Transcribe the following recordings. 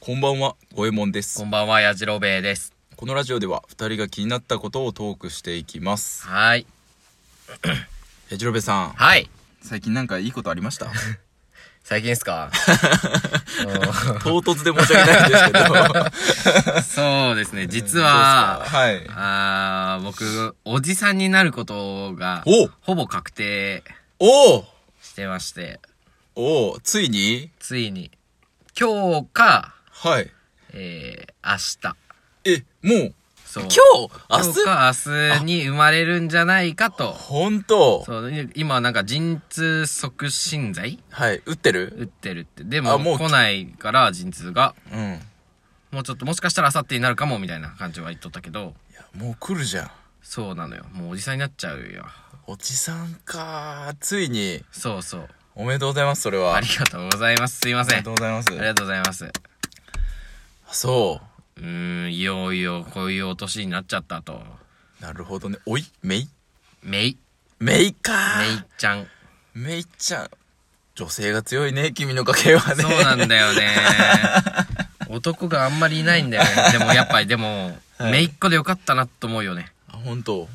こんばんは、五右衛門でこす。んばんは、やじろべえです。このラジオでは、二人が気になったことをトークしていきます。はーい。え、ジロベさん、はい。最近なんかいいことありました最近ですか唐突で申し訳ないんですけど。 そうですね、実どうはです、かはい。あー僕、おじさんになることがお、ほぼ確定おーしてまして、おおついについに、今日か、はい。えー、明日。え、もう、そう。今日今日か明日に生まれるんじゃないかと。ほんとそう、今なんか陣痛促進剤はい、打ってる打ってるって。であも、もう来ないから陣痛が。うん。いもうちょっともしかしたら明後日になるかもみたいな感じは言っとったけどや、もう来るじゃん。そうなのよもうおじさんになっちゃうよおじさんかー。ついに、そうそうおめでとうございます、それは。ありがとうございますすいまおめせんでとうございますあり。がとうございますうそーんいよいよこういうお年になっちゃったとう。なるほどね。おい、めいめいめいかめーいちゃんめいちゃん。女性が強いね、君の家系はね。そうなんだよね男があんまりいないんだよねでもやっぱりでも、はいめいっ子でよかったなと思うよね あ、ほんと。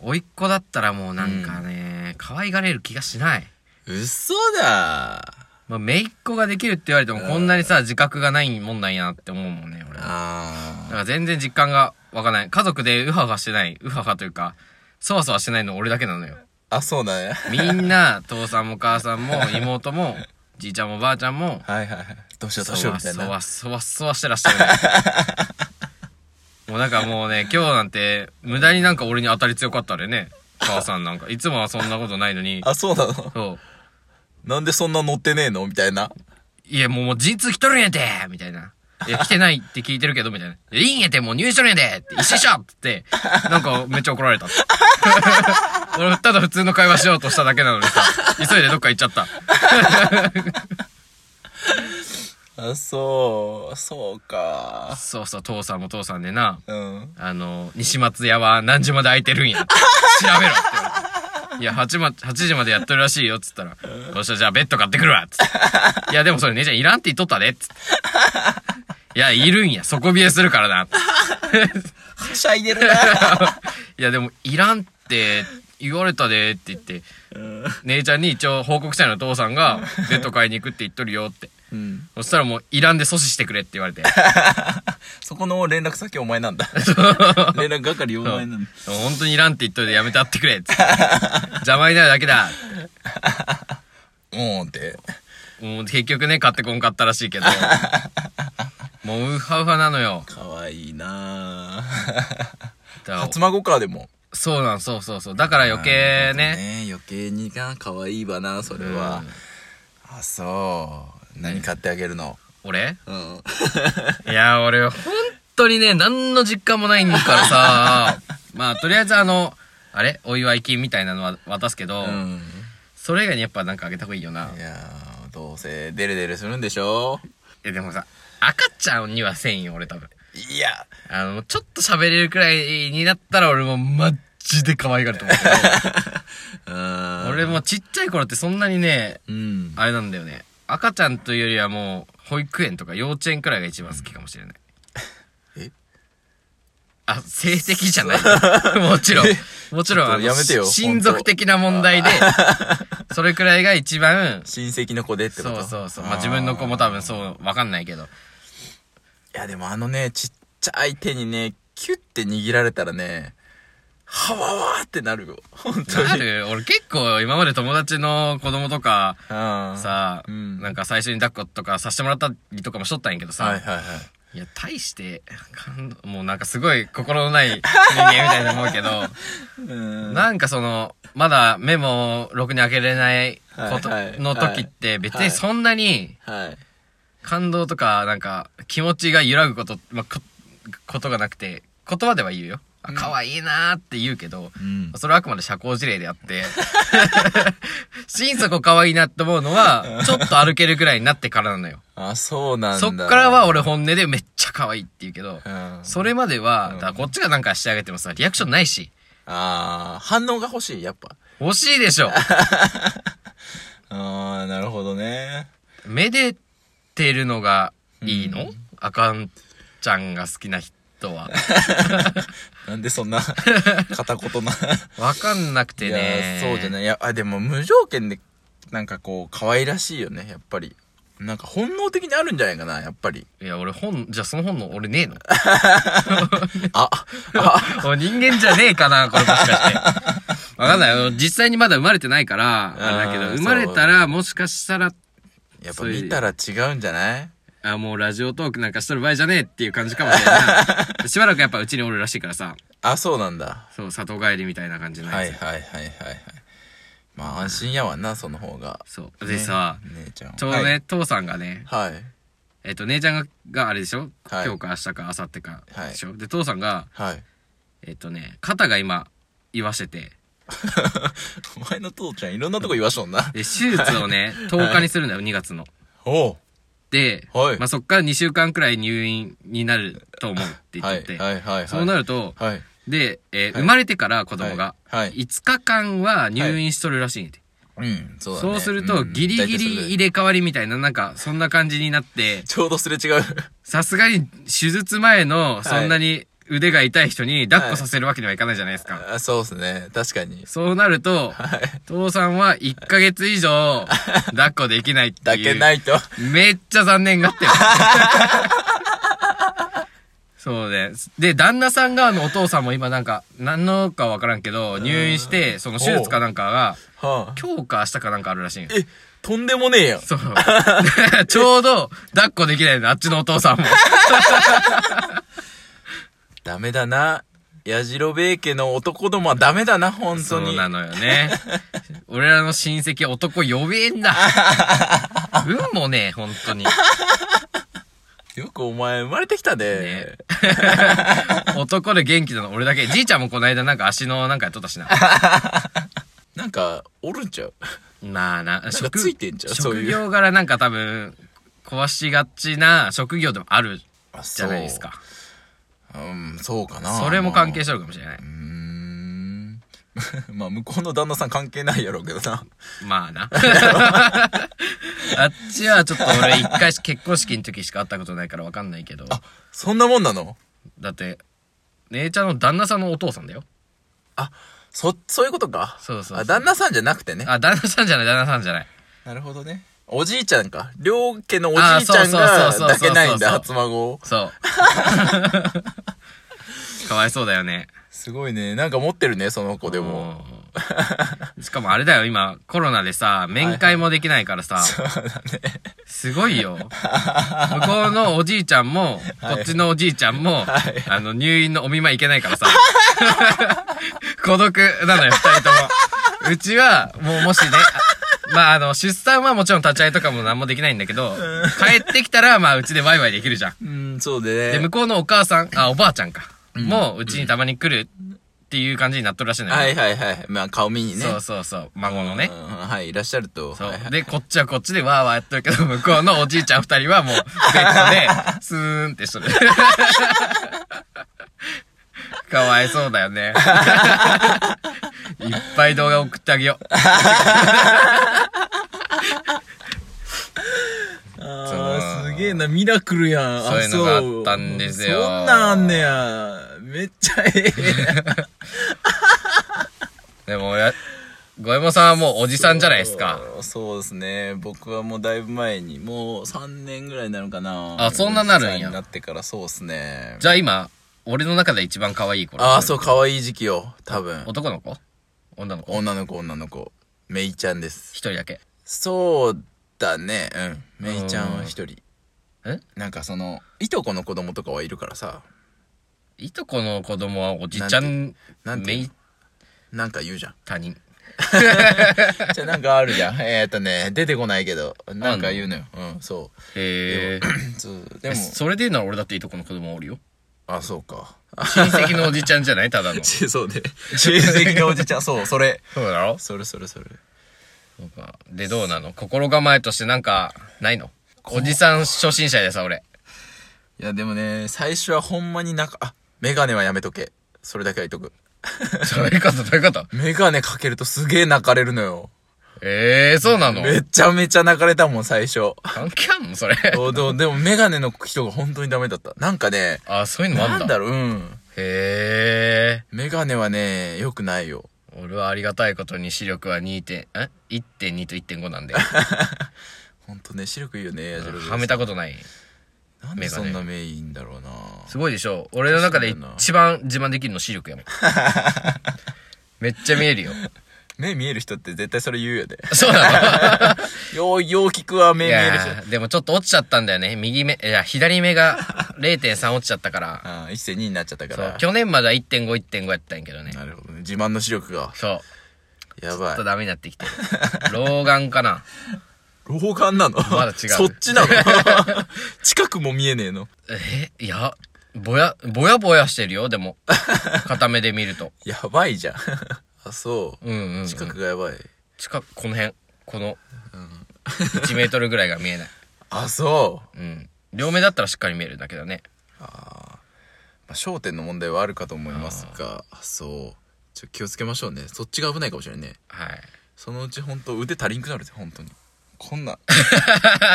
甥っ子だったらもうなんかね、可愛がれる気がしない嘘だまあ、めいっ子ができるって言われてもこんなにさ、自覚がないもんなんやなって思うもんね、俺。ー。だかあら全然実感がわかない。家族でウハウハしてない。ウハウハというか、そわそわしてないの俺だけなのよ。ー。あ、そうだね。みんな、父さんも母さんも妹も、じいちゃんもばあちゃんも、はいはいはい。どうしようそどうしようわみたいそなわ。そわそわしてらっしゃるのよ。もうなんかもうね、今日なんて、無駄になんか俺に当たり強かったでね。母さんなんか。いつもはそんなことないのに。あ、そうなのそう。なんでそんな乗ってねえのみたいな。いや、もう、もう、陣痛来とるんやてみたいな。いや、来てないって聞いてるけど、みたいな。いいんやて、もう入院しとるんやでって一緒にしょって言って、なんか、めっちゃ怒られたって。 俺、ただ普通の会話しようとしただけなのにさ、急いでどっか行っちゃった。あ、そう。そうか。そうそう、父さんも父さんでな、うん。あの、西松屋は何時まで空いてるんや。調べろって言われて。いや、8ま、8時までやってるらしいよ、つったら。よっしゃ、じゃあベッド買ってくるわ、つって。いや、でもそれ姉ちゃんいらんって言っとったで、つって。いや、いるんや。底冷えするからな、はしゃいでるな。 いやでもいらんって言われたでって言って姉ちゃんに一応報告したの父さんがベッド買いに行くって言っとるよってうん。そしたらもういらんで阻止してくれって言われてそこの連絡先お前なん だ。連絡係お前なんだ。本当にいらんって言っといてやめてあってくれっつって邪魔になるだけだうんって。もう結局ね買ってこんかったらしいけどもうウハウハなのよかわいいなだから初孫か、でも。そうなんそうそうそうだから余計ねなるほどね余計にが可愛いわなそれうはんあそう何買ってあげるの俺うんいや、俺、本当にね、何の実感もないんだから さ、まあ、とりあえずあの、あれお祝い金みたいなのは渡すけど、うんそれ以外にやっぱなんかあげた方がいいよな。いやーどうせデレデレするんでしょえ、でもさ、赤ちゃんにはせんよ、俺多分。いやあの、ちょっと喋れるくらいになったら俺もマジで可愛がると思うけうーんど、俺もちっちゃい頃ってそんなにね、うんあれなんだよね。赤ちゃんというよりはもう、保育園とか幼稚園くらいが一番好きかもしれない。えあ、性的じゃない。 もちろん。 もちちょっろん、とあのやめてよしほん親と族的な問 題で、それくらいが一番、親戚の子でってこそとうそうそう。まあ自分の子もあ多分そう、わかんないけど。ーいやでもあのねちっちゃい手にねキュッて握られたらねはわわーってなるよ本当にある俺結構今まで友達の子供とか、うんさ、うんなんか最初に抱っことかさせてもらったりとかもしとったんやけどさ、はいはいはいいや、大して、感動もうなんかすごい心のない人間みたいに思うけど、 うんなんかその、まだ目もろくに開けれないことはいはいの時って、別にそんなにはい感動とか、なんか気持ちが揺らぐこと、まあ、こことがなくて、言葉では言うよ。あ可愛いなーって言うけど、うんそれはあくまで社交辞令であって、 心底可愛いなって思うのは、ちょっと歩けるくらいになってからなのよ。あそうなんだそっからは俺本音でめっちゃ可愛いって言うけど、うんそれまでは、だからこっちがなんかしてあげてもさ、リアクションないし、ああ、反応が欲しい、やっぱ。欲しいで しょああ、なるほどね。めでてるのがいいの、かんちゃんが好きな人は。なんでそ んな片言なわかんなくていや。ねそうじゃないいやあでも無条件でなんかこう可愛らしいよねやっぱりなんか本能的にあるんじゃないかなやっぱりいや、俺本、じゃあその本の俺ねえの ああ俺人間じゃねえかな、これも しかして。わかんないよ。実際にまだ生まれてないから、あれだけあど、ー生まれたらもしかしたら、やっぱ見たら違うんじゃないあ、もうラジオトークなんかしとる場合じゃねえっていう感じかもしれない な。しばらくやっぱうちにおるらしいからさ、あそうなんだそう、里帰りみたいな感じのやつ。はいはいはいはいはいまあ安心やわなその方がそう。でさ、ね姉ちゃんはちょうどね、父さんがね、はいはいえっと、姉ちゃんが、があれでしょ、はい今日か明日か明後日かはいでしょ、で、父さんが、はいえっとね、肩が今、言わしてて、お前の父ちゃんいろんなとこ言わしとんなで、手術を ね、10日にするんだよ、2月の。おうで、はいまあ、そっから2週間くらい入院になると思うって言はっいてて、はいはいはいそうなると、はいで、えーい生まれてから子供が、はいはい5日間は入院しとるらしいんで、うんそうだねそうすると、うんギリギリ入れ替わりみたいな、なんか、そんな感じになって、 ちょうどすれ違う さすがに手術前の、そんなに腕が痛い人に抱っこさせるわけにはいかないじゃないですか。あそうですね確かにそうなると、はい父さんは1ヶ月以上、抱っこできないっていう。だけないとめっちゃ残念がってる。 そうね。で、旦那さん側のお父さんも今なんか、何のかわからんけど、入院して、その手術かなんかが、はあ今日か明日かなんかあるらしいんよえ、とんでもねえやん。そう。ちょう ど、抱っこできないの、あっちのお父さんも。ダメだな。矢代米家の男どもはダメだな、本当そうに。なのよね。俺らの親戚男呼べんな。運もねえ、本当に。よくお前生まれてきたねで。、男で元気なの俺だけ。じいちゃんもこの間なんか足のなんかやっとったしな。 なんか、おるんちゃうまあな、かついてんじゃんそう職いう業柄なんか多分、壊しがちな職業でもあるあそう じゃないですか。うん、そうかな。それも関係してるかもしれない。うーん。 まあ、向こうの旦那さん関係ないやろうけどな。まあな。 あっちはちょっと俺一回し結婚式の時しか会ったことないからわかんないけど。あ、そんなもんなのだって、姉ちゃんの旦那さんのお父さんだよ。あ、そ、そういうことか。そうそうそうあ旦那さんじゃなくてね。あ、旦那さんじゃない、旦那さんじゃない。なるほどね。おじいちゃんか。両家のおじいちゃんあがそうそうそうそうそうだけないんだ、初孫。 そう。かわいそうだよね。すごいね。なんか持ってるね、その子でも。うん。 しかもあれだよ、今、コロナでさ、面会もできないからさ、すごいよ。向こうのおじいちゃんも、こっちのおじいちゃんも、あの、入院のお見舞い行けないからさ、 孤独なのよ、二人とも。うちは、もうもしね、あまあ、あの、出産はもちろん立ち会いとかも何もできないんだけど、帰ってきたら、まあ、うちでワイワイできるじゃん。うん、そうでね。で、向こうのお母さん、あ、おばあちゃんか。もう、うちにたまに来るっていう感じになっとるらしいのよ。はいはいはい。まあ、顔見にね。そうそうそう。孫のねうん。はい、いらっしゃると。そはいはう。いで、こっちはこっちでわーわーやってるけど、向こうのおじいちゃん二人はもう、 ベッドで、ス ーンってしとる。かわいそうだよね。いっぱい動画送ってあげよう。あそーうすげえな、ミラクルやん。そういうのがあったんですよそんなんあんねや。めっちゃええ。でも、や、五右衛門さんはもうおじさんじゃないですか。そう。そうですね。僕はもうだいぶ前に、もう3年ぐらいになるかな。あそんななるんやおじさになってからそうですね。じゃあ今、俺の中で一番可愛い頃。ああ、そう、可愛い時期よ。多分。男の子女の子女の子、女の子。メイちゃんです。一人だけ。そうだね。うん。メイちゃんは一人。えなんかその、いとこの子供とかはいるからさ。いとこの子供はおじちゃん、なんてめいうい、なんか言うじゃん。他人。 じゃあなんかあるじゃん。 えーっとね、出てこないけど、なんか言うのよ。うん、そへえ。う。 そうでも、それで言うなら俺だっていとこの子供おるよ。あ、そうか。親戚のおじちゃんじゃないた だの。そち そうで。親戚のおじ ちゃん、そう、それ。うだろそれそれそれ。そうか。で、どうなの心構えとしてなんか、ないのおじさん初心者でさ、俺。 いや、でもね、最初はほんまになんか、あ、メガネはやめとけ。それだけは言っとく。そういうこと、どういうことメガネかけるとすげえ泣かれるのよ。ええー、そうなのめちゃめちゃ泣かれたもん、最初。関係あんの それ。そうでも、でもメガネの人が本当にダメだった。なんかね、あ、そういうのもあなんんだ。だろう、うん。へえ。メガネはね、良くないよ。俺はありがたいことに視力は2点、え ?1.2 と1.5なんで。 ほんとね、視力いいよね、矢印はめたことない。なんでそんな目いいんだろうな。すごいでしょ俺の中で一番自慢できるの視 力やもん。めっちゃ見えるよ。目見える人って絶対それ言うよね。そうなよう、よう聞くわ、目のい見える人。やーでもちょっと落ちちゃったんだよね。右目、いや、左目が0.3落ちちゃったから。ああ、1.2になっちゃったかそうら。。去年までは1.5、1.5やったんやけどね。なるほどね。自慢の視力が。そう。やちょばっいと。ダメになってきてる。老眼かな。老眼なのまだ違うそっち なの近くも見えねえの。え、いや、ぼや、ぼやぼやしてるよ、でも。片目で見ると。やばいじゃん。 あ、そうんうん、うん。う。近くがやばい。近く、この辺。この、1メートルぐらいが見えない。あ、そう。 うん。両目だったらしっかり見えるんだけどね。まあ、焦点の問題はあるかと思いますが、あそう。ちょ気をつけましょうね。そっちが危ないかもしれないね。はい。そのうち本当腕足りんくなるぜ、本当に。こん な。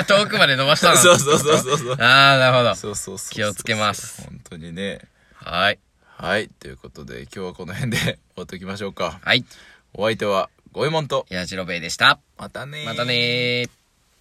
遠くまで伸ばしたの。そうそうそうそうそう。ああ、なるほど。そうそうそう。気をつけます。本当にね。はい。はい。ということで、今日はこの辺で終わっておきましょうか。はい。お相手は、ごえもんと。矢印郎兵衛でした。またねーまたねー。